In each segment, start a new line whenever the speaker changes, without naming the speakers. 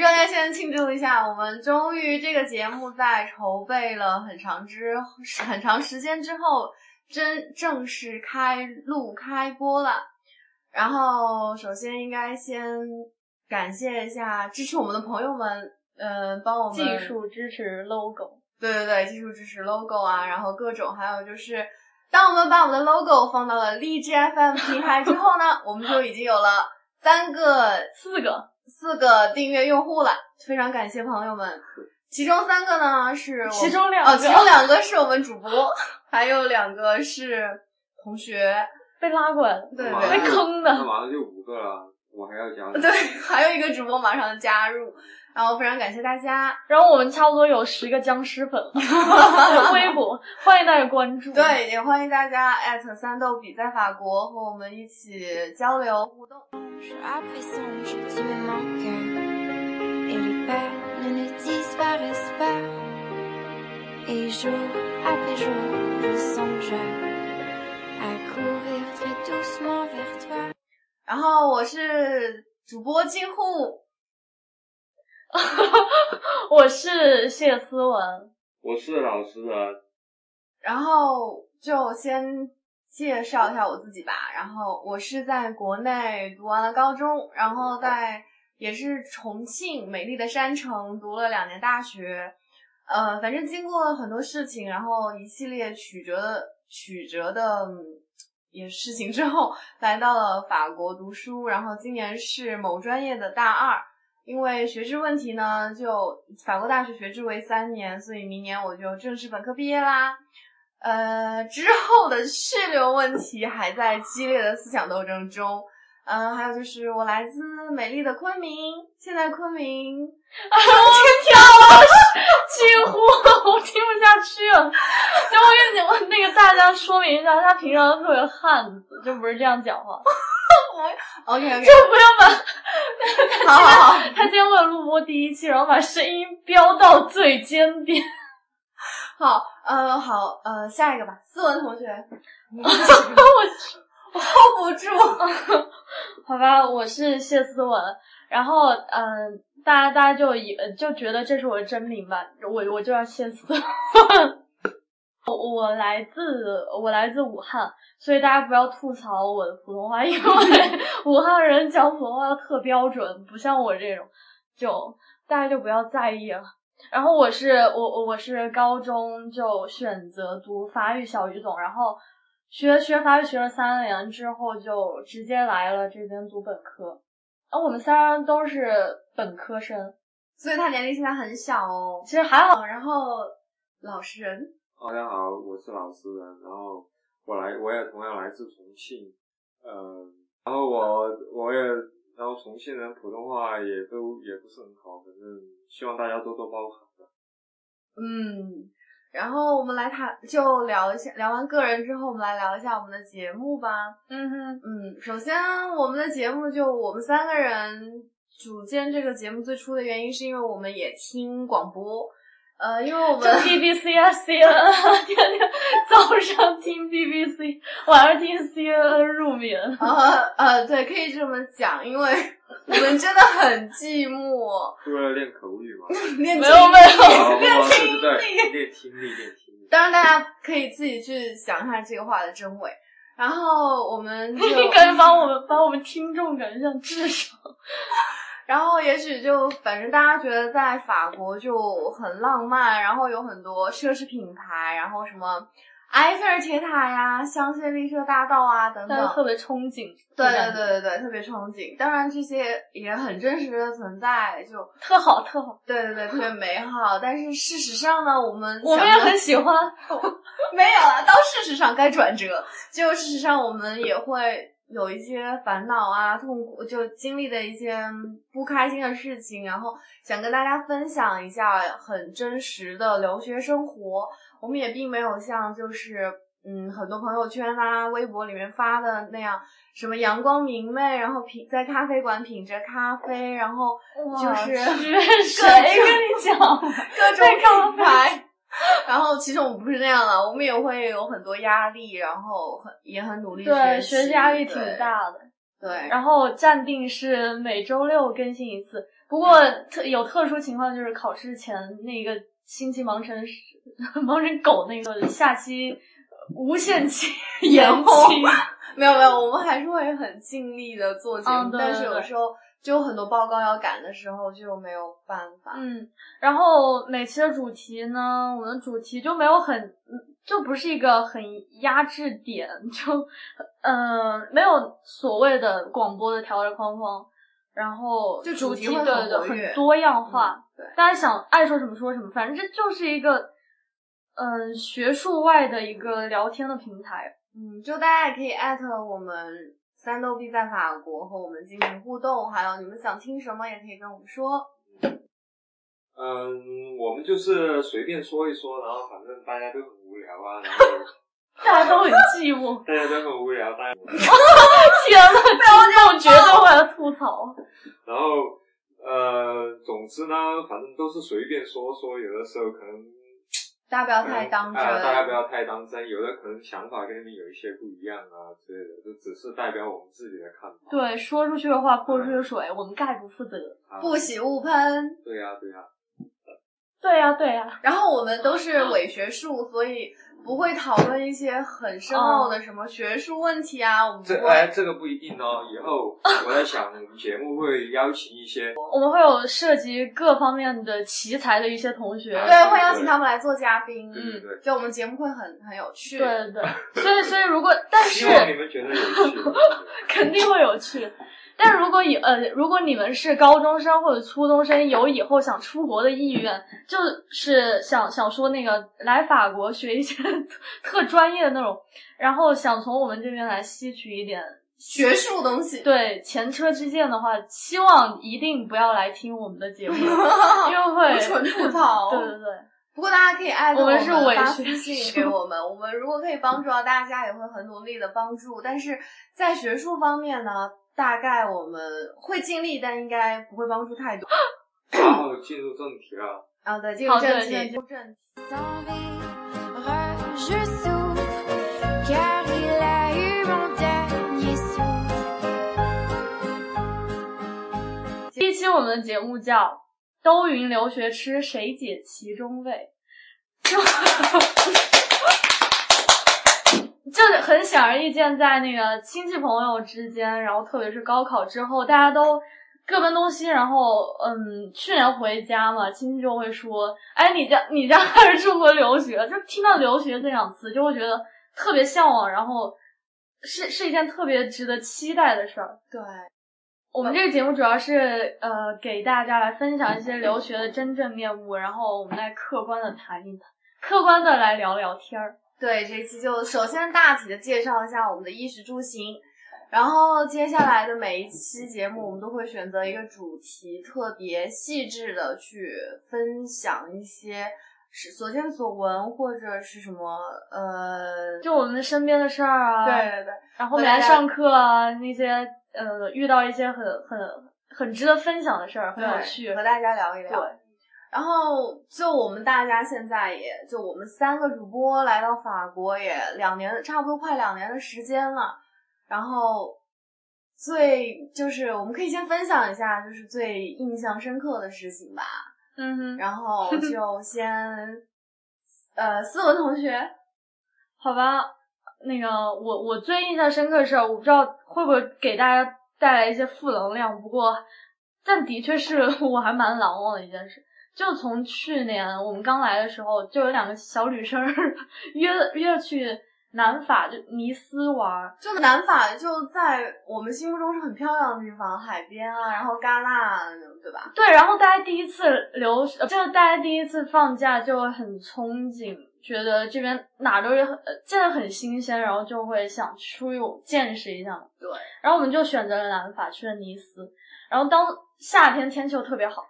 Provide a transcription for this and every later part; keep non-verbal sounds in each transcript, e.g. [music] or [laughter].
在呃先庆祝一下，我们终于这个节目在筹备了很长之很长时间之后，真正式开录开播了。然后，首先应该先感谢一下支持我们的朋友们，呃，帮我们
技术支持 logo，
对对对，技术支持 logo 啊，然后各种，还有就是，当我们把我们的 logo 放到了荔枝 FM 平台之后呢， [laughs] 我们就已经有了三个
四个
四个订阅用户了，非常感谢朋友们。其中三个呢是我，
其中两个
哦，其中两个是我们主播， [laughs] 还有两个是同学，
被拉过来的，
对
完了
对
被坑的
那完了就五个了，我还要加。
对， [laughs] 还有一个主播马上加入，然后非常感谢大家。
然后我们差不多有十个僵尸粉 [laughs] 了，微博欢迎大家关注。，
对，也欢迎大家艾特三豆比在法国和我们一起交流互动。
Après songe, tu es mon cœur. Et les perles ne disparaissent pas. Et jour après jour, je songe à courir très doucement vers toi.
然后我是主播金户，
我是谢思文，
我是老实人，
然后就先介绍一下我自己吧。然后我是在国内读完了高中，然后在也是重庆美丽的山城读了两年大学。呃，反正经过了很多事情，然后一系列曲折的曲折的嗯也事情之后，来到了法国读书。然后今年是某专业的大二，因为学制问题呢，就法国大学学制为三年，所以明年我就正式本科毕业啦。呃，之后的续留问题还在激烈的思想斗争中。嗯、还有就是我来自美丽的昆明，现在昆明
几乎我听不下去了。就我跟你我那个大家说明一下，他平常特别汉子，就不是这样讲话，
OK
[laughs]
OK，
就不要把
好好好，
他今天为了录播第一期，然后把声音飙到最尖点。
好，呃，好，呃，下一个吧，思文同学，我 hold 不住， [laughs]
好吧，我是谢思文，然后嗯、呃大家大家就以呃就觉得这是我的真名吧，我我就叫谢思文。 [laughs] 我我来自我来自武汉，所以大家不要吐槽我的普通话，因为 [laughs] 武汉人讲普通话特标准，不像我这种，就大家就不要在意了。然后我是我我是高中就选择读法语小语种，然后学学法语学了三年之后，就直接来了这边读本科。啊，我们仨人都是本科生，
所以他年龄现在很小哦
其。实还好。
好，然后老实人，
大家好，我是老实人，然后我来，我也同样来自重庆，呃，然后我我也，然后重庆人普通话也都也不是很好，反正希望大家多多包涵吧。
嗯，然后我们来谈，就聊一下，聊完个人之后，我们来聊一下我们的节目吧。
嗯哼，
嗯，首先我们的节目就我们三个人组建这个节目，最初的原因是因为我们也听广播，呃，因为我
就
们
BBC 啊，CNN，天 [laughs] 天早上听 BBC，晚上听 CNN 入眠。
呃呃，对，可以这么讲，因
[laughs]
为我们真的很寂寞，
是为了练口语
[laughs]
嘛？
练
没有没有，
然后对对对，练听力，练听力。
当然，大家可以自己去想一下这个话的真伪。然后我们
[laughs]
就
你感觉把我们把我们听众感觉像智商。
然后也许就反正大家觉得在法国就很浪漫，然后有很多奢侈品牌，然后什么埃菲尔铁塔呀、香榭丽舍大道啊等
但是特
等。
别憧憬，
对对，对对对，特别憧憬。当然这些也很真实的存在，就
特好特好，
对对对，特别美好。但是事实上呢，我们
我们
想
也
的
很喜欢。 [laughs]
没有了，到事实上该转折。就事实上，我们也会有一些烦恼啊、痛苦，就经历的一些不开心的事情，然后想跟大家分享一下很真实的留学生活。我们也并没有像就是嗯很多朋友圈啊、微博里面发的那样，什么阳光明媚，然后品在咖啡馆品着咖啡，然后 [laughs] 就是
谁跟你讲？
各种
在干嘛
品牌。 [laughs] 然后其实我们不是那样的，我们也会有很多压力，然后很也很努力
对，
学
学
习
习压力挺
对
大的。
对，
然后暂定是每周六更新一次，不过特有特殊情况就是考试前那个星期忙成 [laughs] 忙成狗那个下期呃无限期延
延后
期，
没有没有，我们还是会很尽力的做节目，
嗯对
但
对
是有
对
时候就有很多报告要赶的时候就没有办法。
嗯，然后每期的主题呢，我们的主题就没有很，就不是一个很压制点，就嗯、呃没有所谓的广播的条列框框，然后
就主
主
题
题
会很
对对
活跃
很多样化，
嗯对
大家想爱说什么说什么，反正这就是一个嗯、呃学术外的一个聊天的平台，
嗯，就大家也可以艾特我们三逗币在法国和我们进行互动，还有你们想听什么也可以跟我们说。
嗯，我们就是随便说一说，然后反正大家都很无聊啊，然后，
大家都很寂寞
[laughs] 大家都很无聊，
[laughs]
大家，
天呐，激动决断，我要吐槽。
然后呃，总之呢，反正都是随便说说，有的时候可能
大家不要太当真，
嗯啊大家不要太当真，有的可能想法跟你们有一些不一样啊之类的，就只是代表我们自己的看法。
对，说出去的话泼出去的水，我们概不负责。
啊，
不喜勿喷。
对呀、对呀、啊
对呀、对呀、
然后我们都是伪学术，所以不会讨论一些很
哦
深奥的什么学术问题啊，我们不
这哎，
会。
这个不一定哦。以后我在想，我们节目会邀请一些
我们会有涉及各方面的奇才的一些同学。
哎
对，会邀请他们来做嘉宾，
对嗯对对
就我们节目会很很有趣。
对对对，所以所以如果但
希望你
是
们觉得有趣。
[laughs]
[laughs] 肯定会有趣。但如果以呃，如果你们是高中生或者初中生，有以后想出国的意愿，就是想想说那个来法国学一些 [laughs] 特专业的那种，然后想从我们这边来吸取一点
学术东西。
对前车之鉴的话，希望一定不要来听我们的节
[laughs]
目，因为会
无纯吐槽
[laughs] 对对对，
[laughs] 不过大家可以艾特
我们是
我
伪
发
学
私信给
术
我们，我们如果可以帮助到大家，也会很努力的帮助。但是在学术方面呢，大概我们会尽力，但应该不会帮助太多。
然后进入正题了，
啊，对，进入
好
正
对
题
对，
正题。
Sans vivre, je souffre, car il a eu mon dernier souffle.
第一期我们的节目叫《都云留学吃谁解其中味》，就就是很显而易见，在那个亲戚朋友之间，然后特别是高考之后，大家都。各奔东西，然后嗯，去年回家嘛，亲戚就会说：“哎，你家你家还是出国留学？”就听到“留学”这两个词，就会觉得特别向往，然后是是一件特别值得期待的事儿。
对，
我们这个节目主要是呃给大家来分享一些留学的真正面目，然后我们来客观的谈一谈，客观的来聊聊天儿。
对，这一期就首先大体的介绍一下我们的衣食住行，然后接下来的每一期节目，我们都会选择一个主题，特别细致的去分享一些是所见所闻或者是什么呃，
就我们身边的事儿啊，
对，对对，
然后我们来上课啊，那些呃遇到一些很很很值得分享的事儿，很有趣。
和大家聊一
对
聊。然后就我们大家现在也就我们三个主播来到法国也两年，差不多快两年的时间了。然后最就是我们可以先分享一下，就是最印象深刻的事情吧。
嗯哼，
然
[laughs]
后就先，呃，思文同学，
好吧，那个我我最印象深刻的事儿，我不知道会不会给大家带来一些负能量，不过，但的确是 [laughs] 我还蛮难忘的一件事。就从去年我们刚来的时候，就有两个小女生 [laughs] 约约去南法就尼斯玩儿，
就南法就在我们心目中是很漂亮的地方，海边啊，然后戛纳，对吧？
对，然后大家第一次留，呃就大家第一次放假就很憧憬，觉得这边哪都是很呃真的很新鲜，然后就会想出去见识一下。
对，
然后我们就选择了南法，去了尼斯。然后当夏天天气又特别好，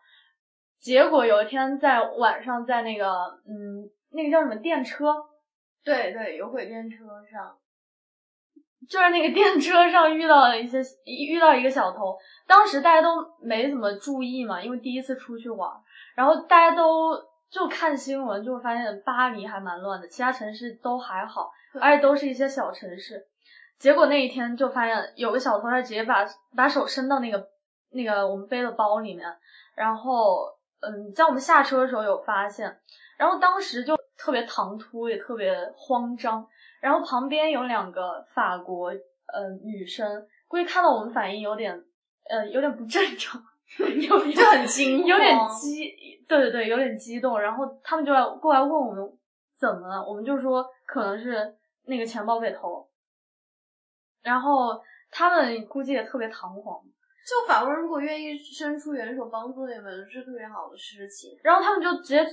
结果有一天在晚上在那个嗯那个叫什么电车，
对对，有轨电车上，
就是那个电车上遇到了一些遇到一个小偷，当时大家都没怎么注意嘛，因为第一次出去玩，然后大家都就看新闻就发现巴黎还蛮乱的，其他城市都还好，
对
而且都是一些小城市。结果那一天就发现有个小偷，他直接把把手伸到那个那个我们背的包里面，然后嗯，在我们下车的时候有发现，然后当时就特别唐突，也特别慌张。然后旁边有两个法国呃女生，估计看到我们反应有点呃有点不正常， [laughs] 有
就很惊慌
有点激，对对对，有点激动。然后他们就来过来问我们怎么了，我们就说可能是那个钱包被偷。然后他们估计也特别彷徨，
就法国人如果愿意伸出援手帮助你们，是特别好的事情。
然后他们就直接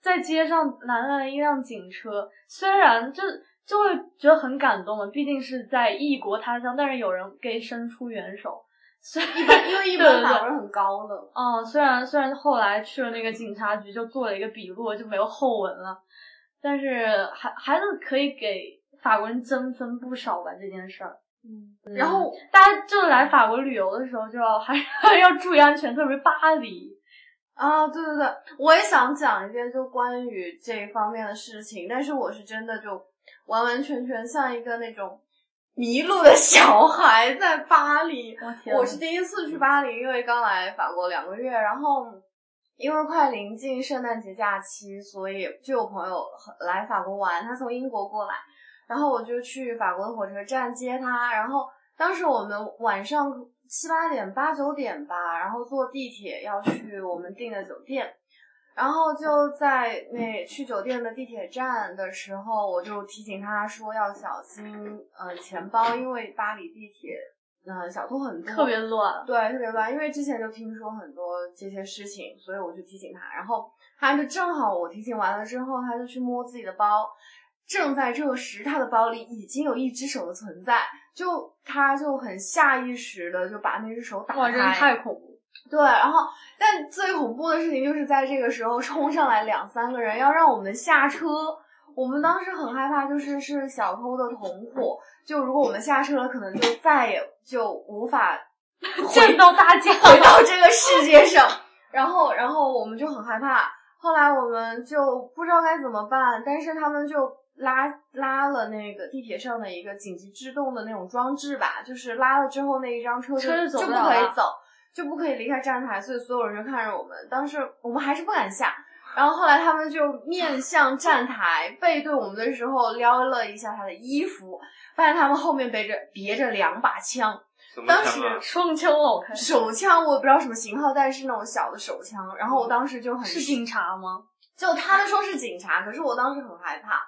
在街上拦了一辆警车，虽然就就会觉得很感动了，毕竟是在异国他乡，但是有人给伸出援手，虽然
一般因为一般法国
对对对
人很高冷，
哦，虽然虽然后来去了那个警察局，就做了一个笔录，就没有后文了，但是还还是可以给法国人增分不少吧这件事儿。
嗯，然后
大家就来法国旅游的时候，就要 [laughs] 还要注意安全，特别是巴黎。
啊，对对对，我也想讲一件就关于这一方面的事情，但是我是真的就完完全全像一个那种迷路的小孩在巴黎。
我
我是第一次去巴黎，因为刚来法国两个月，然后因为快临近圣诞节假期，所以就有朋友很来法国玩，他从英国过来，然后我就去法国的火车站接他，然后当时我们晚上七八点、八九点吧，然后坐地铁要去我们订的酒店，然后就在那去酒店的地铁站的时候，我就提醒他说要小心，呃，钱包，因为巴黎地铁，呃，小偷很多，
特别乱，
对，特别乱，因为之前就听说很多这些事情，所以我就提醒他，然后他就正好我提醒完了之后，他就去摸自己的包，正在这时，他的包里已经有一只手的存在，就他就很下意识的就把那只手打
哇，真是
开，
太恐 [laughs] 怖。
对，然后但最恐怖的事情就是在这个时候冲上来两三个人要让我们下车。我们当时很害怕，就是是小偷的同伙，就如果我们下车了，可能就再也就无法
见到大家，
回到这个世界上。然后，然后我们就很害怕。后来我们就不知道该怎么办，但是他们就拉拉了那个地铁上的一个紧急制动的那种装置吧，就是拉了之后那一张车就
车就走
就
不
不
了
可以
了
走，就不可以离开站台，所以所有人就看着我们。当时我们还是不敢下，然后后来他们就面向站台背对我们的时候撩了一下他的衣服，发现他们后面背着别着两把枪。
什么
当
枪啊？
[laughs] 双枪老
[laughs]
开。
手枪我也不知道什么型号，但是那种小的手枪。然后我当时就很
嗯是警察吗？
就他们说是警察，可是我当时很害怕。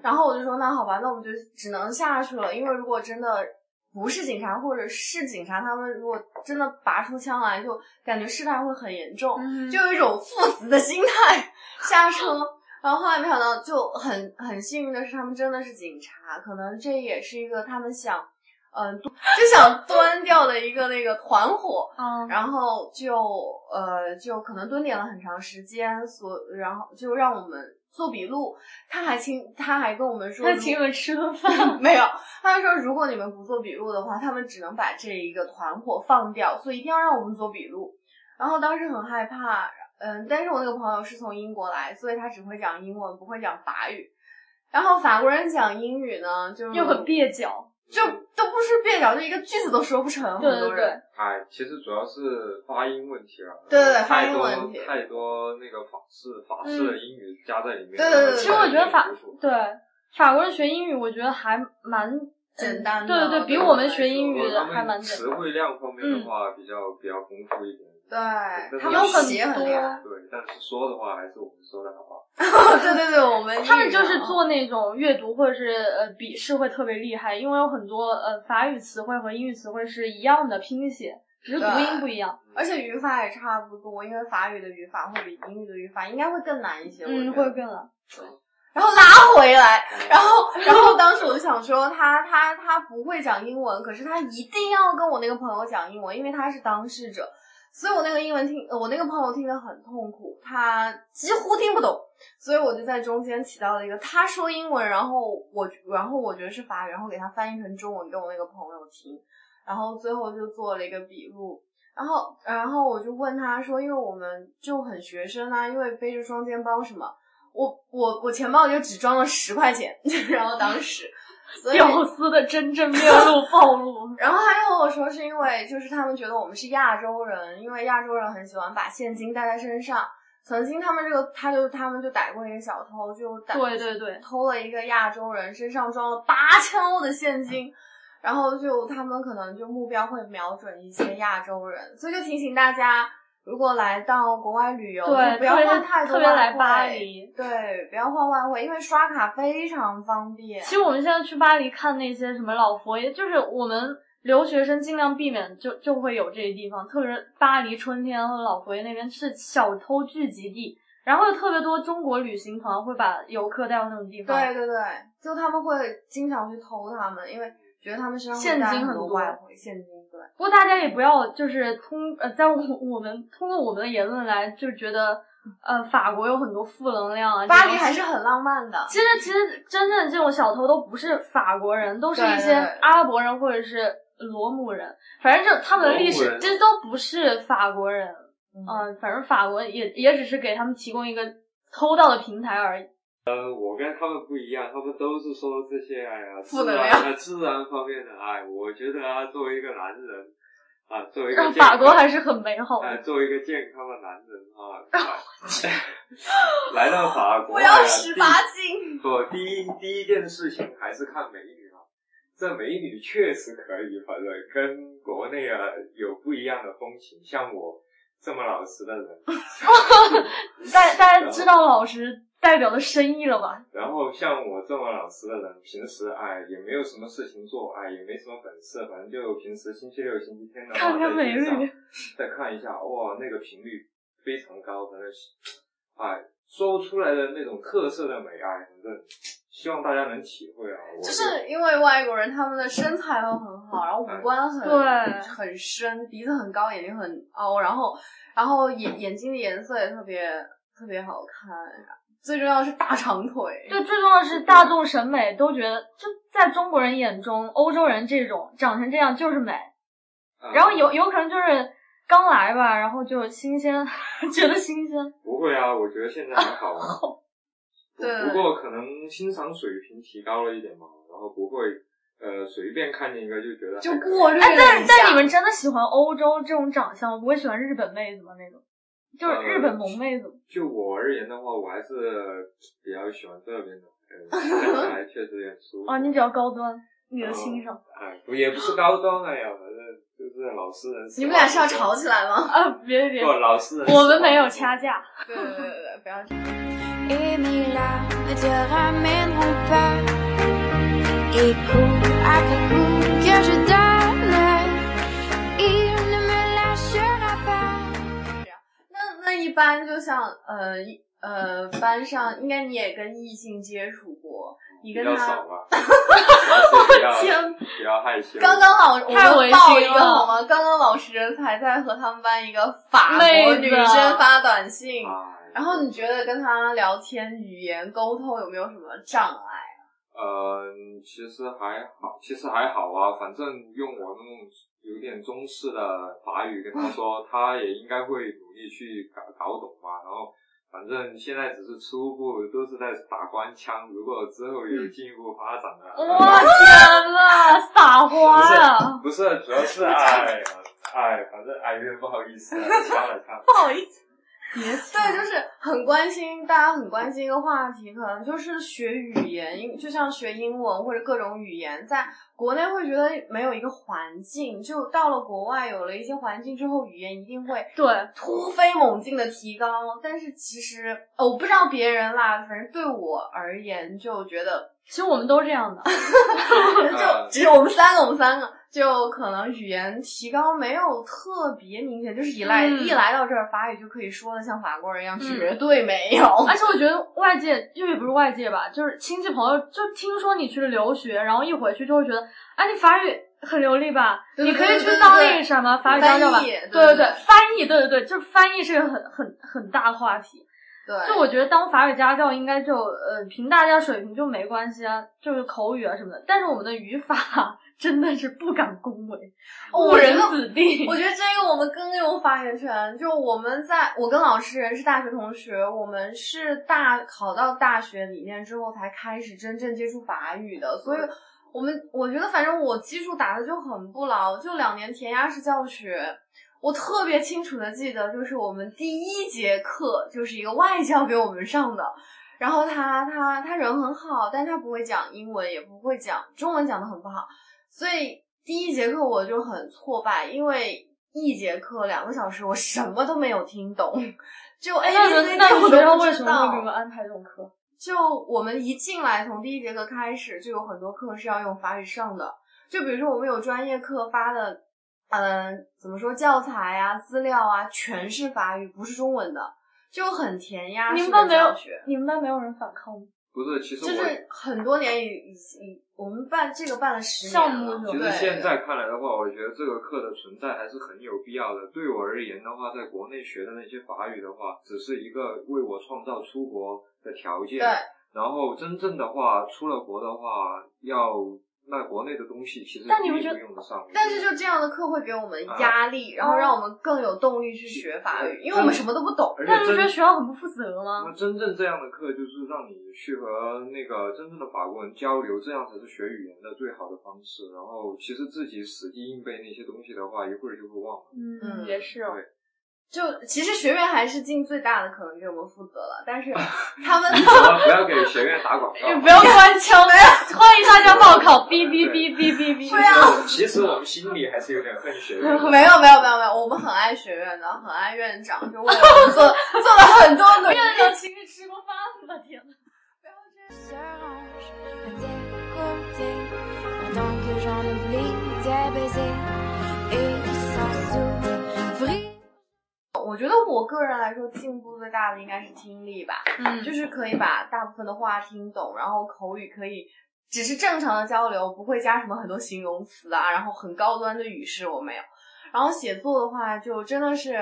然后我就说那好吧，那我们就只能下去了，因为如果真的不是警察或者是警察，他们如果真的拔出枪来，就感觉事态会很严重。
嗯
就有一种赴死的心态下车。然后后来没想到，就很很幸运的是，他们真的是警察，可能这也是一个他们想，嗯、就想端掉的一个那个团伙。
嗯，
然后就呃，就可能蹲点了很长时间，所然后就让我们做笔录。他还请他还跟我们说
那
如，
请你们吃顿饭。
[laughs] 没有，他就说如果你们不做笔录的话，他们只能把这一个团伙放掉，所以一定要让我们做笔录。然后当时很害怕，嗯，但是我那个朋友是从英国来，所以他只会讲英文，不会讲法语。然后法国人讲英语呢，就
又很蹩脚，
就
嗯
都不是蹩脚，就一个句子都说不成。很
对对
多人
对，
哎，其实主要是发音问题了。
对对对发
太
音
多
问题嗯
太多那个法式法式的英语加在里面。
对对对对
其实我觉得法
有点不舒服
对法国人学英语，我觉得还蛮
简单的
对对对，比我们学英语
呃他
的
们
还蛮简
词
单。
汇量方面的话，比较比较丰富一点。
嗯对，
但
他
是
们
有很
写很厉害。
对，但是说的话还是我们说的好。
[laughs] 对对对，我们
他们
英语
就是
啊
做那种阅读或者是呃笔试会特别厉害，因为有很多呃法语词汇和英语词汇是一样的拼写，只是读
对
音不一样。
而
嗯
且语法也差不多，因为法语的语法会比英语的语法应该会更难一些。我觉
嗯，
得
会更了。
[laughs] 然后拉回来，然后然后当时我就想说他他他不会讲英文，可是他一定要跟我那个朋友讲英文，因为他是当事者，所以我那个英文听呃我那个朋友听得很痛苦，他几乎听不懂，所以我就在中间起到了一个他说英文，然后我然后我觉得是法语，然后给他翻译成中文给我那个朋友听，然后最后就做了一个笔录。然后，然后我就问他说，因为我们就很学生啊，因为背着 [laughs] 双肩包什么，我我我钱包里就只装了十块钱，然后当时，所以。
屌丝的真正面目暴露 [laughs]
然后还有我说是因为就是他们觉得我们是亚洲人，因为亚洲人很喜欢把现金带在身上。曾经他们这个他就他们就逮过一个小偷，就逮
对对对，
偷了一个亚洲人身上装了八千欧的现金，然后就他们可能就目标会瞄准一些亚洲人，所以就提醒大家，如果来到国外旅游，
对
就不要
特别
换太多
特别
外哎
来
汇
巴黎，
对，不要换外汇，因为刷卡非常方便
其。实我们现在去巴黎看那些什么老佛爷，就是我们留学生尽量避免就就会有这些地方，特别是巴黎春天和老佛爷那边是小偷聚集地，然后有特别多中国旅行团会把游客带到那种地方。
对，对对，就他们会经常去偷他们，因为觉得他们身上会
现
带
金
很
很
多
多
外汇现金，对。
不过大家也不要就是通呃，在我我们通过我们的言论来就觉得呃法国有很多负能量啊，
巴黎
这种
还是很浪漫的，
其实，其实真正这种小偷都不是法国人，都是一
对
些
对对
阿拉伯人或者是罗姆人，反正这他们的历
罗姆
史
人
这都不是法国人。
嗯
嗯、反正法国也也只是给他们提供一个偷盗的平台而已。
呃，我跟他们不一样，他们都是说这些哎呀，
负
自
能
然
量
啊自然方面的爱。我觉得啊，作为一个男人啊，作为一个
让
健康
法国还是很美好
哎，
的。
作为一个健康的男人啊，
[laughs]
来来到法国，
我要
哎呀
十
第
八斤，
不，第一第一件事情还是看美女啊。这美女确实可以，反正跟国内啊有不一样的风情。像我这么老实的人，
大大家知道老师代表的深意了吧？
然后像我这么老实的人，平时哎也没有什么事情做，哎也没什么本事，反正就平时星期六、星期天的话
看看美
在街
女
上， [laughs] 再看一下，哇，那个频率非常高的那些，哎，说出来的那种特色的美，哎，反正希望大家能体会啊。我
就是因为外国人他们的身材都很好，然后
嗯
五官很
对
很深，鼻子很高，眼睛很凹，然后然后眼眼睛的颜色也特别特别好看，最重要是大长腿。
对，最重要的是大众审美都觉得，就在中国人眼中，欧洲人这种长成这样就是美。
啊
然后有有可能就是刚来吧，然后就新鲜， [laughs] 觉得新鲜。
不会啊，我觉得现在还
[laughs]
好啊。不
对
不过可能欣赏水平提高了一点嘛，然后不会呃随便看见一个就觉得还
就
可以
过滤了
哎，但
一下
但你们真的喜欢欧洲这种长相，不会喜欢日本妹子吗？那种就是日本萌妹子。
就我而言的话，我还是比较喜欢这边的，呃，看起来确实有点舒服。
哦
啊，你比较高端，你的欣赏。
哎，不也不是高端哎呀，反正就是老实人。
你们俩是要吵起来
[laughs]
吗？
啊，别别
不，老实人。
别，我们没有掐。架。
对对对对，不要这样。
Et mes larmes te ramèneront pas. Et coup après coup que je donne, il ne me lâchera pas.
[laughs] 那那一般就像呃一呃班上，应该你也跟异性接触过，你
比
跟
较
他
少
[laughs]
吧。比较
天
比较害羞。
刚刚老我
太
们
违
爆
心
一个
了
好吗？刚刚老师才在和他们班一个法国
妹子
女生发短信，
哎
然后你觉得跟她聊天、语言沟通有没有什么障碍？
嗯，其实还好，其实还好啊。反正用我那种有点中式的法语跟他说，他也应该会努力去搞搞懂嘛。然后，反正现在只是初步，都是在打官腔。如果之后有进一步发展的，
我天呐，撒花啊！
不是，主要是哎哎，反正哎有点不好意
[laughs]
思啊，掐了掐了。
不好意思，
别 [laughs]
对，就是很关心，大家很关心一个话题，可能就是学语言，英就像学英文或者各种语言，在国内会觉得没有一个环境，就到了国外有了一些环境之后，语言一定会
对，
突飞猛进的提高，但是其实呃，我不知道别人啦，反正对我而言就觉得，
其实我们都这样的。 [laughs]
呃
就只有我们三个，我们三个就可能语言提高没有特别明显，就是一来、
嗯
一来到这儿，法语就可以说的像法国人一样，
嗯
绝对没有。
而且我觉得外界，就也不是外界吧，就是亲戚朋友，就听说你去了留学，然后一回去就会觉得，哎，你法语很流利吧？
对
你可
对
以
对对
去当
对
那个什么法语
翻
教教吧？
译
对
对对
对，翻译，对对对，就是翻译是个很很很大的话题。
对，
就我觉得当法语家教应该就呃凭大家水平就没关系啊，就是口语啊什么的。但是我们的语法 [laughs] 真的是不敢恭维，
哦
误
我觉
人
得
子
[laughs]
弟。
我觉得这个我们更有发言权。就我们在，我跟老实人是大学同学，我们是大考到大学里面之后才开始真正接触法语的，所以我们我觉得反正我基础打的就很不牢，就两年填鸭式教学，我特别清楚的记得，就是我们第一节课就是一个外教给我们上的，然后他他他人很好，但他不会讲英文，也不会讲中文，讲的很不好，所以第一节课我就很挫败，因为一节课两个小时我什么都没有听懂，就
[laughs]
哎 A
哎那
B
人
C
那
D
你
我
学校
都不
为
知
什么会给
道
我。们安排这种课？
就我们一进来，从第一节课开始就有很多课是要用法语上的。就比如说我们有专业课发的，嗯、怎么说教材啊、资料啊，全是法语，不是中文的，就很填鸭
你
式
们班
的
没有
教学。
你们班没有人反抗吗？
不是，其实
就
我
是很多年以以以，我们办这个办了十年了，
项目有
其实
对
现在看来的话，我觉得这个课的存在还是很有必要的。对我而言的话，在国内学的那些法语的话，只是一个为我创造出国的条件。
对
然后真正的话，出了国的话，要那国内的东西其实
但你
不
们
一定
觉
用得上。
但是就这样的课会给我们压力，然后让我们更有动力去学法语，因为我们什么都不懂。
而且
那你不
真
觉得学校很不负责
那
吗？
真正这样的课就是让你去和那个真正的法国人交流，这样才是学语言的最好的方式。然后其实自己死记硬背那些东西的话，一会儿就会忘
[laughs]
了。
嗯，
嗯
也是哦。
就其实学院还是尽最大的可能给我们负责了，但是他们
你怎么不要给学院打广
[laughs] 也
告？
不要关
[laughs]
枪，欢迎大家报考，哔哔哔哔哔哔。
不要
其实我们心里还是有点恨学院
[laughs]
的。
没有没有没有没有，我们很爱学院的，很爱院长，就为我们做做了很多努力。
有情是吃过饭的，天呐。
se range à tes côtés pendant que j'en oublie tes baisers et sans souffrir.
我觉得我个人来说进步最大的应该是听力吧，
嗯
就
就是
可以把大部分的话听懂，然后口语可以只是正常的交流，不会加什么很多形容词啊，然后很高端的语式我没有。然后写作的话，就真的是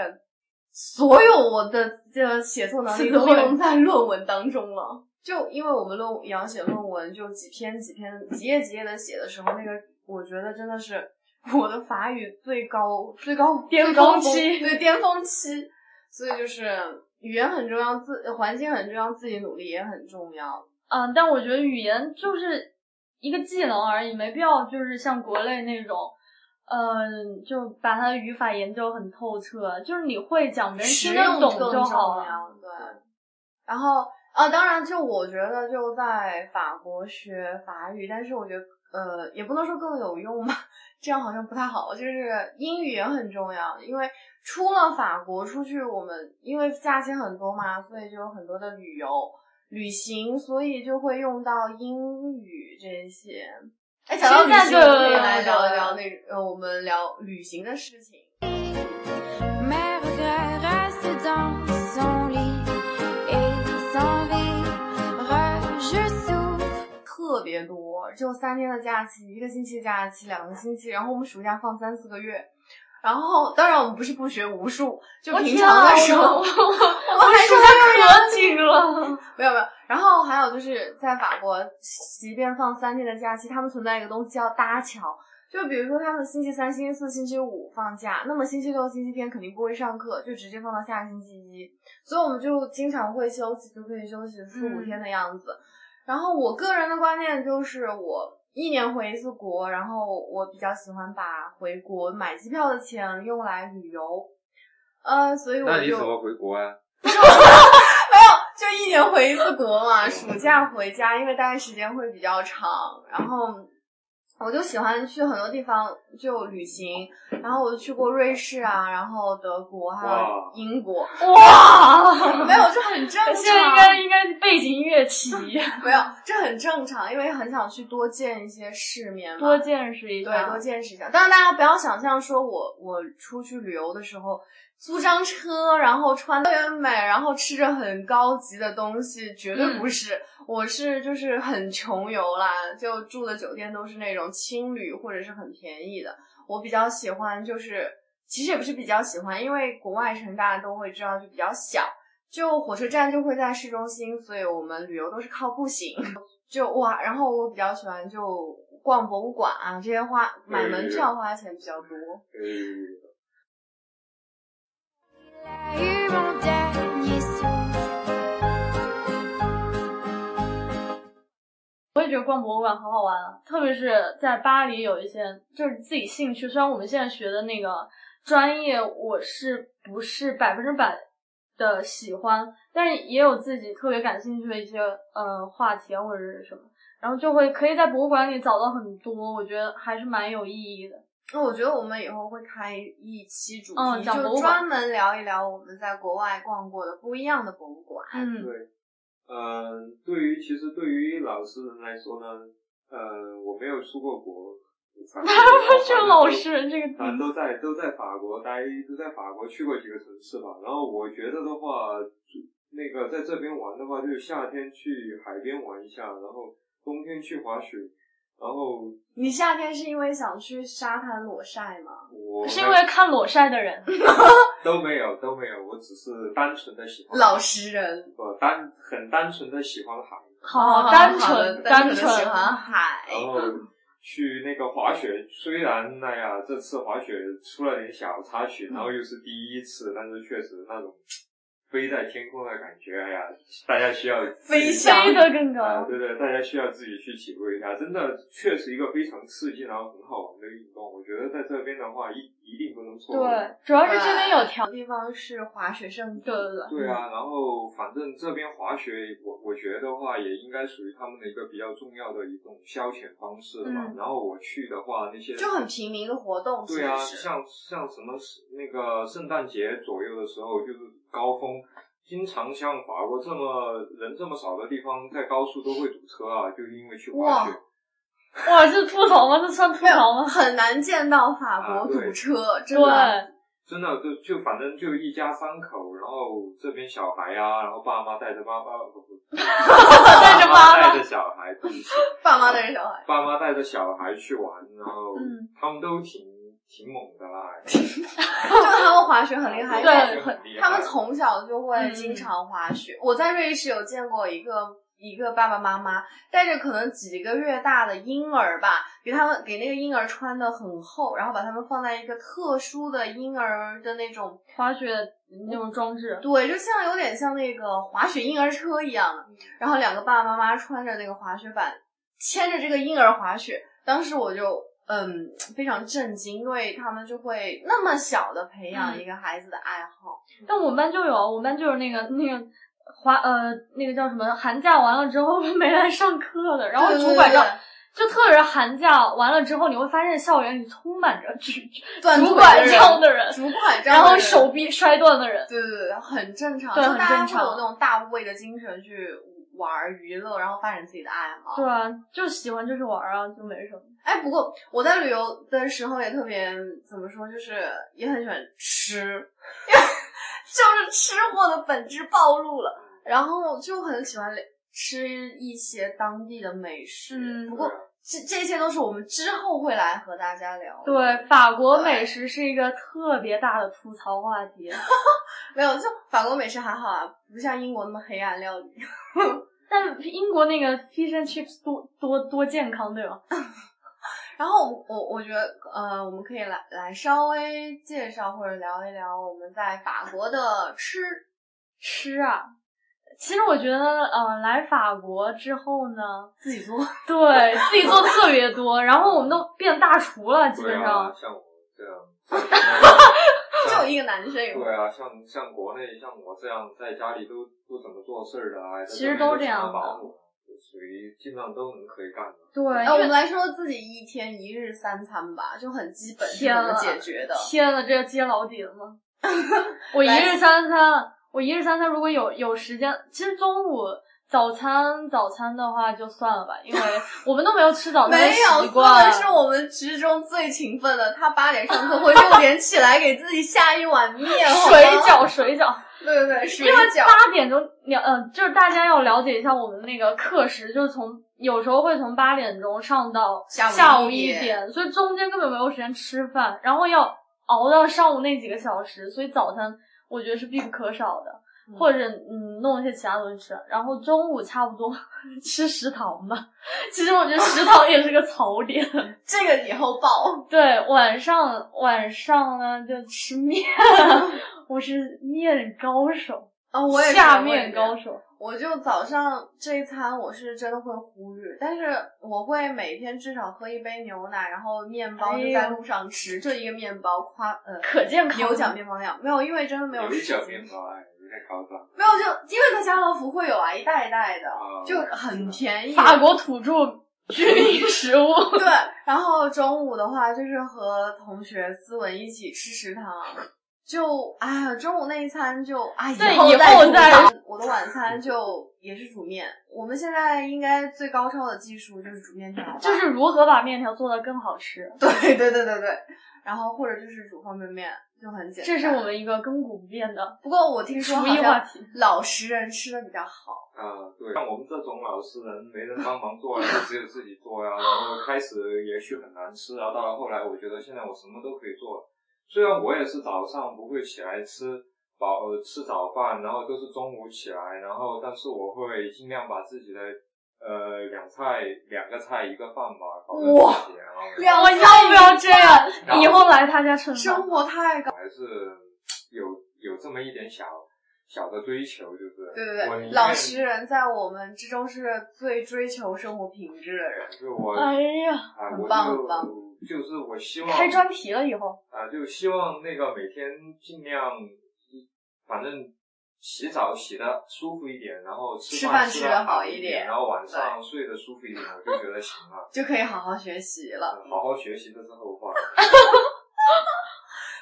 所有我的这写作能力都用在论文当中了。就因为我们论也要写论文，就几篇几篇几页几页的写的时候，那个我觉得真的是我的法语最高最高
巅
最高
峰期
对巅峰期。所以就是语言很重要，自环境很重要，自己努力也很重要。
嗯，但我觉得语言就是一个技能而已，没必要就是像国内那种，嗯，就把它的语法研究很透彻，就是你会讲，别人听
实
得
用
懂
更
就
重
好了。
要，对。然后啊，当然，就我觉得就在法国学法语，但是我觉得呃，也不能说更有用吧，这样好像不太好。就是英语也很重要，因为出了法国出去，我们因为假期很多嘛，所以就有很多的旅游、旅行，所以就会用到英语这些。哎，讲到旅
现在
行，我们可以
就
来聊一聊那呃，我们聊旅行的事情。
Mes regrets restent dans son lit et sans vivre, je souffre.
特别多，就三天的假期，一个星期的假期，两个星期，然后我们暑假放三四个月。然后，当然我们不是不学无术，就
我
平
天
常
啊
的时候，
我
们
[laughs] 我
还是
暑假可紧了。
没有没有。然后还有就是在法国，即便放三天的假期，他们存在一个东西叫搭桥。就比如说他们星期三、星期四、星期五放假，那么星期六、星期天肯定不会上课，就直接放到下个星期一。所以我们就经常会休息，就可以休息四五
嗯
天的样子。然后我个人的观念就是，我一年回一次国，然后我比较喜欢把回国买机票的钱用来旅游。呃，所以我就
那你怎么回国啊？
就一年回一次国嘛，暑假回家，因为待的时间会比较长，然后我就喜欢去很多地方就旅行，然后我就去过瑞士啊，然后德国还有
哇
英国，
[laughs]
[laughs]
哇！ [laughs]
没有，这很正常，
现在应该应该背景音乐 [laughs] 起，
没有，这很正常，因为很想去多见一些世面嘛，
多见识一啊
对，
下。
多见识一下。但是大家不要想象说我我出去旅游的时候租张车，然后穿特别美，然后吃着很高级的东西，绝对不是。我是就是很穷游啦，就住的酒店都是那种青旅或者是很便宜的。我比较喜欢就是，其实也不是比较喜欢，因为国外城大家都会知道，就比较小。就火车站就会在市中心，所以我们旅游都是靠步行。就哇，然后我比较喜欢就逛博物馆啊，这些花买门票花钱比较多。
呃，
Il a eu mon dernier souffle.
我也觉得逛博物馆很好玩啊，特别是在巴黎有一些就是自己兴趣，虽然我们现在学的那个专业我是不是百分之百的喜欢，但是也有自己特别感兴趣的一些呃话题啊或者是什么，然后就会可以在博物馆里找到很多，我觉得还是蛮有意义的。
那我觉得我们以后会开一期主题，
嗯讲博
就
物馆
专门聊一聊我们在国外逛过的不一样的博物馆。
嗯，
对，呃，对于其实对于老师们来说呢，呃，我没有出过国，他
[laughs] 这个老师这个
啊，都在都在法国待，都在法国去过几个城市吧。然后我觉得的话，就那个在这边玩的话，就是夏天去海边玩一下，然后冬天去滑雪，然后
你夏天是因为想去沙滩裸晒吗？
我
是因为看裸晒的人，
都没有都没有，我只是单纯的喜欢
老实人，
我呃单很单纯的喜欢海，
好
好哎
单
好的
纯
单
单
纯地喜
纯，
欢海。
然后去那个滑雪，虽然哎呀，这次滑雪出了点小插曲，然后又是第一次，但是确实那种飞在天空的感觉，哎呀，大家需要自己
飞翔
飞得更
啊，
高。
对对，大家需要自己去体会一下，真的确实一个非常刺激，然后很好玩的运动。我觉得在这边的话，一一定不能错过。
对，主要是这边有
条地方是滑雪胜地，
对对 [laughs] 对，
对啊，然后反正这边滑雪，我我觉得的话也应该属于他们的一个比较重要的一种消遣方式吧。
嗯
然后我去的话，那些
就很平民的活动。
对啊，
其实
像像什么那个圣诞节左右的时候，就是高峰，经常像法国这么人这么少的地方，在高速都会堵车啊，就是因为去滑
哇
雪。
哇，这吐槽吗？这算吐
没
槽
有
吗？
很难见到法
啊
国
对
堵车，真的。
对，
真的就就反正就一家三口，然后这边小孩呀、然后爸妈带着爸爸，不不，
[laughs] 带着妈
带
妈
着小
[laughs]
孩，啊对不起
爸妈带着小孩，
爸妈带着小孩去玩，然后
嗯
他们都挺挺猛的啦，
就他们滑雪很厉害，因
对
为
很厉害。
他们从小就会
嗯
经常滑雪。我在瑞士有见过一个一个爸爸妈妈带着可能几个月大的婴儿吧，给他们给那个婴儿穿的很厚，然后把他们放在一个特殊的婴儿的那种，
滑雪那种装置，
对，就像有点像那个滑雪婴儿车一样的。然后两个爸爸妈妈穿着那个滑雪板，牵着这个婴儿滑雪。当时我就嗯非常震惊，因为他们就会那么小的培养
嗯
一个孩子的爱好。
但我们班就有，我们班就是那个那个滑呃那个叫什么，寒假完了之后没来上课的，然后
对对
拄拐
对
杖，就特别是寒假完了之后，你会发现校园里充满着举
断
拄
腿
拐
的人
杖的人，
拄拐杖的人，
然后手臂摔断的人，
对对对，很正常，
对
就
很
大家
正
会有
常
那种大无畏的精神去玩儿娱乐，然后发展自己的爱好。
对啊，就喜欢就是玩儿啊，就没什么。
哎，不过我在旅游的时候也特别怎么说，就是也很喜欢吃，就是吃货的本质暴露了。然后就很喜欢吃一些当地的美食，
嗯
不过
对啊
这这些都是我们之后会来和大家聊的。
对，法国
对
美食是一个特别大的吐槽话题。 [laughs]
没有，就法国美食还好啊，不像英国那么黑暗料理。
但英国那个 fish and chips 多多多健康，对吧？
然后我我我觉得，呃，我们可以来来稍微介绍或者聊一聊我们在法国的吃。
吃啊，其实我觉得，呃，来法国之后呢，
自己做， [laughs]
对自己做特别多，然后我们都变大厨了，基
对
本
啊，
上。
像我这样，
[laughs]
就一个男生有。
对啊，像像国内像我这样在家里都不怎么做事儿的，哎，在
其实
这边
都这样
请了保
的
姆，就属于基本上都能可以干的。
对，
呃，我
因
们
为
来说自己一天一日三餐吧，就很基本是
天
怎么
啊
解决的。
天呐，这要揭老底了
[laughs]
吗？我一
来
日三餐，我一日三餐，如果有有时间，其实中午早餐早餐的话就算了吧，因为我们都没有吃早餐的
没有，
习
思
惯。
文是我们之中最勤奋的，他八点上课会六点起来给自己下一碗面，好吗
水，饺，水饺。
对对对，水
因为
饺。
八点钟了，呃，就是大家要了解一下我们那个课时，就是从有时候会从八点钟上到
下午一
下午一
点
点，所以中间根本没有时间吃饭，然后要熬到上午那几个小时，所以早餐我觉得是必不可少的，
嗯
或者嗯弄一些其他东西吃，然后中午差不多吃食堂吧， [laughs] 其实我觉得食堂也是个槽
[laughs]
点。
这个以后报，
对，晚
[laughs]
上晚上呢就吃面，我是面高手。
哦，我也是
下
我也
面
是
高手。
我就早上这一餐我是真的会忽略，但是我会每天至少喝一杯牛奶，然后面包就
哎
在
呦
路上吃，就一个面包夸呃
可健康了
牛角面包那样，没有，因为真的没有
牛
时间
角。面包，哎，有点夸张。
没有就因为在家乐福会有啊，一袋一袋的，
哦
就很便宜。
法国土著居民食物，
对，然后中午的话就是和同学思文一起吃食堂，就哎呀，中午那一餐就哎，以
对
后
以后
煮
再
饭我的晚餐就也是煮面。我们现在应该最高超的技术就是煮面条吧，
[laughs] 就是如何把面条做得更好吃，
对对对对对，然后或者就是煮方便面，就很简单。
这是我们一个亘古不变的
不过我听说
厨
好
艺话
像
题。
老实人吃的比较好，
啊，对，像我们这种老实人，没人帮忙做，然后只有自己做啊呀、然后开始也许很难吃，然啊后到了后来，我觉得现在我什么都可以做了。虽然我也是早上不会起来吃饱、呃、吃早饭，然后都是中午起来，然后但是我会尽量把自己的呃两菜两个菜一个饭吧搞在
哇
一起，然后
两
我要不要这样？以后来他家吃饭
生。活太高。
还是有有这么一点小小的追求，就是
对对
我
对，
宁
老
愿
实人在我们之中是最追求生活品质的人。
就我
哎呀，
啊，
很
我
棒
就
很棒
就是我希望
开专题了以后，
啊，就希望那个每天尽量，反正洗澡洗的舒服一点，然后吃
吃
饭
饭吃
的
得好
一
一点
然后晚上睡得舒服一点，我就觉得行
[laughs]
了。
就可以好好学习了。
嗯好好学习这是后话。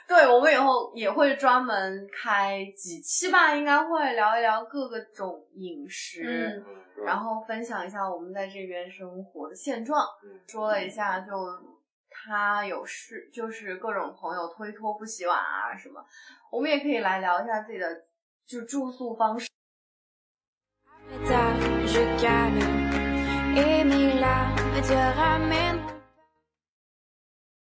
对，我们以后也会专门开几期吧，应该会聊一聊各个种饮食，
嗯
嗯，对
然后分享一下我们在这边生活的现状。
嗯
说了一下，就他有事，就是各种朋友推脱不洗碗啊什么。我们也可以来聊一下自己的就住宿方式。
Métal, je calme. Et Mila me te ramène.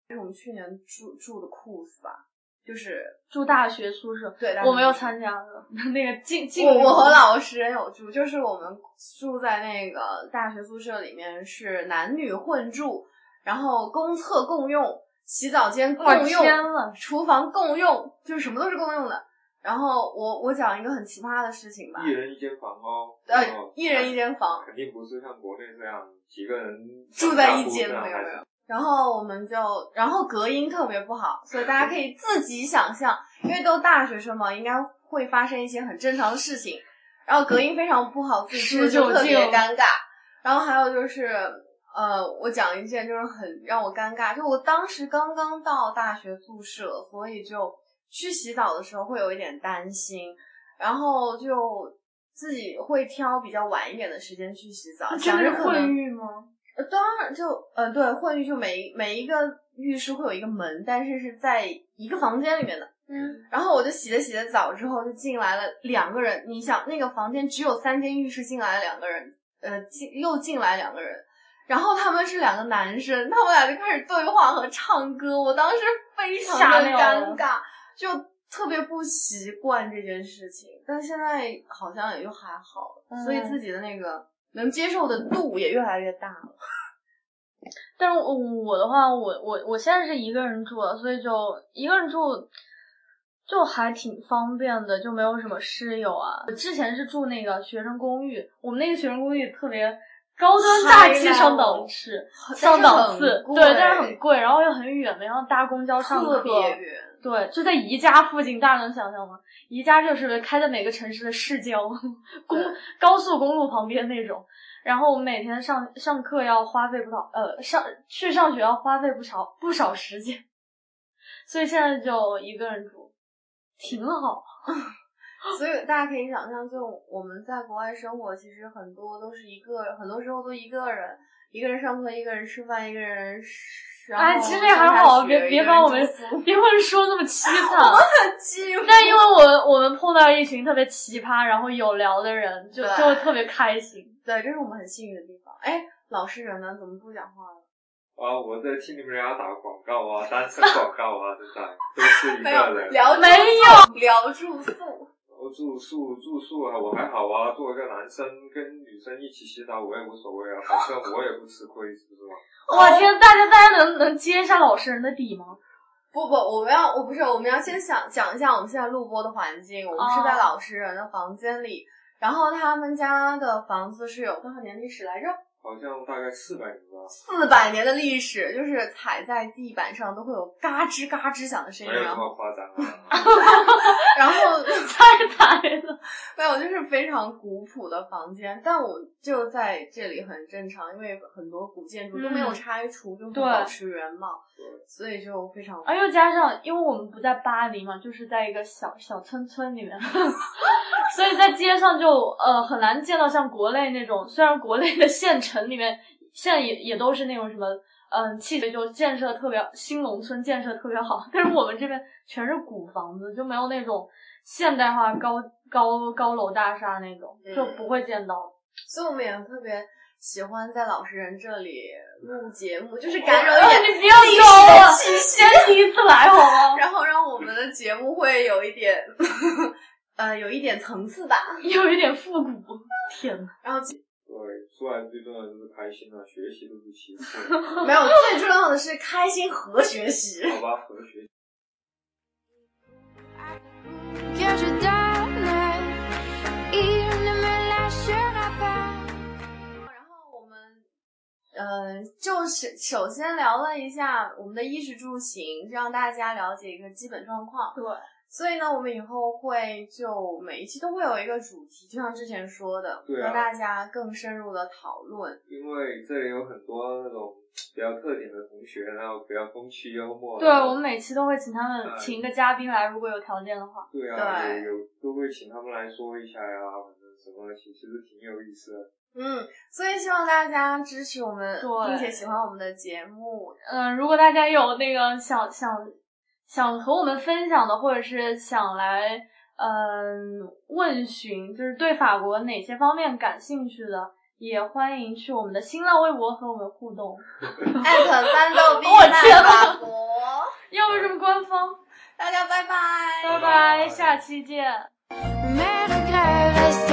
这是我们去年住住的 cos 吧，就是
住大学宿舍，
对，
我没有参加的 [laughs] 那个进进
我我和老实人有住，就是我们住在那个大学宿舍里面，是男女混住，然后公厕共用，洗澡间
我
共用，
天了，
厨房共用，就是什么都是共用的。然后我我讲一个很奇葩的事情吧
一，人一间房哦，然
呃
后，
一人一间房，
肯定不是像国内这样几个人
住在一间
上下铺
没有
这样
没有。然后我们就，然后隔音特别不好，所以大家可以自己想象，因为都大学生嘛，应该会发生一些很正常的事情。然后隔音非常不好，自己住
施
就
救
特别
竟
尴尬。然后还有就是，呃，我讲一件就是很让我尴尬，就我当时刚刚到大学宿舍，所以就去洗澡的时候会有一点担心，然后就自己会挑比较晚一点的时间去洗
[laughs]
澡，
啊
真
想
的
着
是
可能
混浴吗？
呃，当然就呃，对，混浴就每每一个浴室会有一个门，但是是在一个房间里面的。
嗯，
然后我就洗着洗着澡之后就进来了两个人，你想那个房间只有三间浴室，进来了两个人，呃，进又进来两个人，然后他们是两个男生，他们俩就开始对话和唱歌，我当时非常
吓
的
尿
尴
了
尬，就特别不习惯这件事情，但现在好像也就还好，所以
嗯
自己的那个能接受的度也越来越大了。
但是我我的话，我我我现在是一个人住的，所以就一个人住就还挺方便的，就没有什么室友啊。我之前是住那个学生公寓，我们那个学生公寓特别高端大气上档次，
但是
上档次
很，贵
对，但是很贵，然后又很远，没让搭公交上课
特，别远，
对，就在宜家附近，大家能想象吗？宜家就是开在每个城市的市郊， [laughs] 公
对
高速公路旁边那种。然后我们每天上上课要花费不少，呃，上去上学要花费不少不少时间，所以现在就一个人住，挺好。 [laughs]
所以大家可以想象，就我们在国外生活，其实很多都是一个，很多时候都一个人，一个人上课，一个人吃饭，一个人然后
哎，其实也
上
还
大
好，
学
别
一个
别
人
把我们
住宿
[laughs] 别把人说那么凄
[laughs]
惨。
很
[laughs]
寂寞。
但因为我我们碰到一群特别奇葩，然后有聊的人，就
对哦
就特别开心。
对，这是我们很幸运的地方。哎，老实人呢？怎么不讲话了？
啊，我在替你们俩打广告啊，单身广告啊，真的都
[laughs]
是一
没
个
有
人。
聊
没
有聊住宿，
我住宿住宿啊，我还好啊，作为一个男生跟女生一起洗澡我也无所谓啊，反正我也不吃亏，是不是嘛？
我天，大家大家能能接一下老实人的底吗？ [laughs]
不不，我们要我不是，我们要先想讲一下我们现在录播的环境。我们是在
哦
老实人的房间里，然后他们家的房子是有多少年历史来着？
好像大概四百啊年吧。
四百年的历史，就是踩在地板上都会有嘎吱嘎吱响的声音，
没有
然
这
后
么夸张啊！ [laughs]
然后 [laughs]
太白了。
没有，就是非常古朴的房间，但我就在这里很正常，因为很多古建筑都没有
嗯
拆除，就
对
保持原貌
对，
所以就非常
而又加上，因为我们不在巴黎嘛，就是在一个小小村村里面， [laughs] 所以在街上就呃很难见到像国内那种，虽然国内的县城里面现在也也都是那种什么。嗯，气质就建设特别新农村建设特别好，但是我们这边全是古房子，就没有那种现代化高高高楼大厦那种，就不会见 [laughs] 到。
所以我们也特别喜欢在老实人这里录节目，就是感染一点
哎你不要
历
说
史的
我，
气息，
第一次来好吗？ [laughs]
然后让我们的节目会有一点， [laughs] 呃，有一点层次吧。
有一点复古，天呐。
然后
对，出来最重要的就是开心啊，学习都是其次，
没有最重要的是开心和学习。 [laughs]
好吧，和学习。
Que je donne, il ne me lâchera pas.
然后我们，呃，就是首先聊了一下我们的衣食住行，让大家了解一个基本状况。
对，
所以呢，我们以后会就每一期都会有一个主题，就像之前说的，
对啊
和大家更深入的讨论。
因为这里有很多那种比较特点的同学，然后比较风趣幽默。啊
对，啊我们每期都会请他们
嗯
请一个嘉宾来，如果有条件的话。
对啊，
对
有有都会请他们来说一下呀、反正什么其其实挺有意思的。
嗯，所以希望大家支持我们，
对
并且喜欢我们的节目。
嗯、如果大家有那个想想想和我们分享的，或者是想来嗯、问询，就是对法国哪些方面感兴趣的，也欢迎去我们的新浪微博和我们互动。
艾
[laughs]
特三六 B
我天
在
呐
法国，
要不是我们官方，
大家拜拜。
拜
拜
拜，下期见。
Mes regrets restent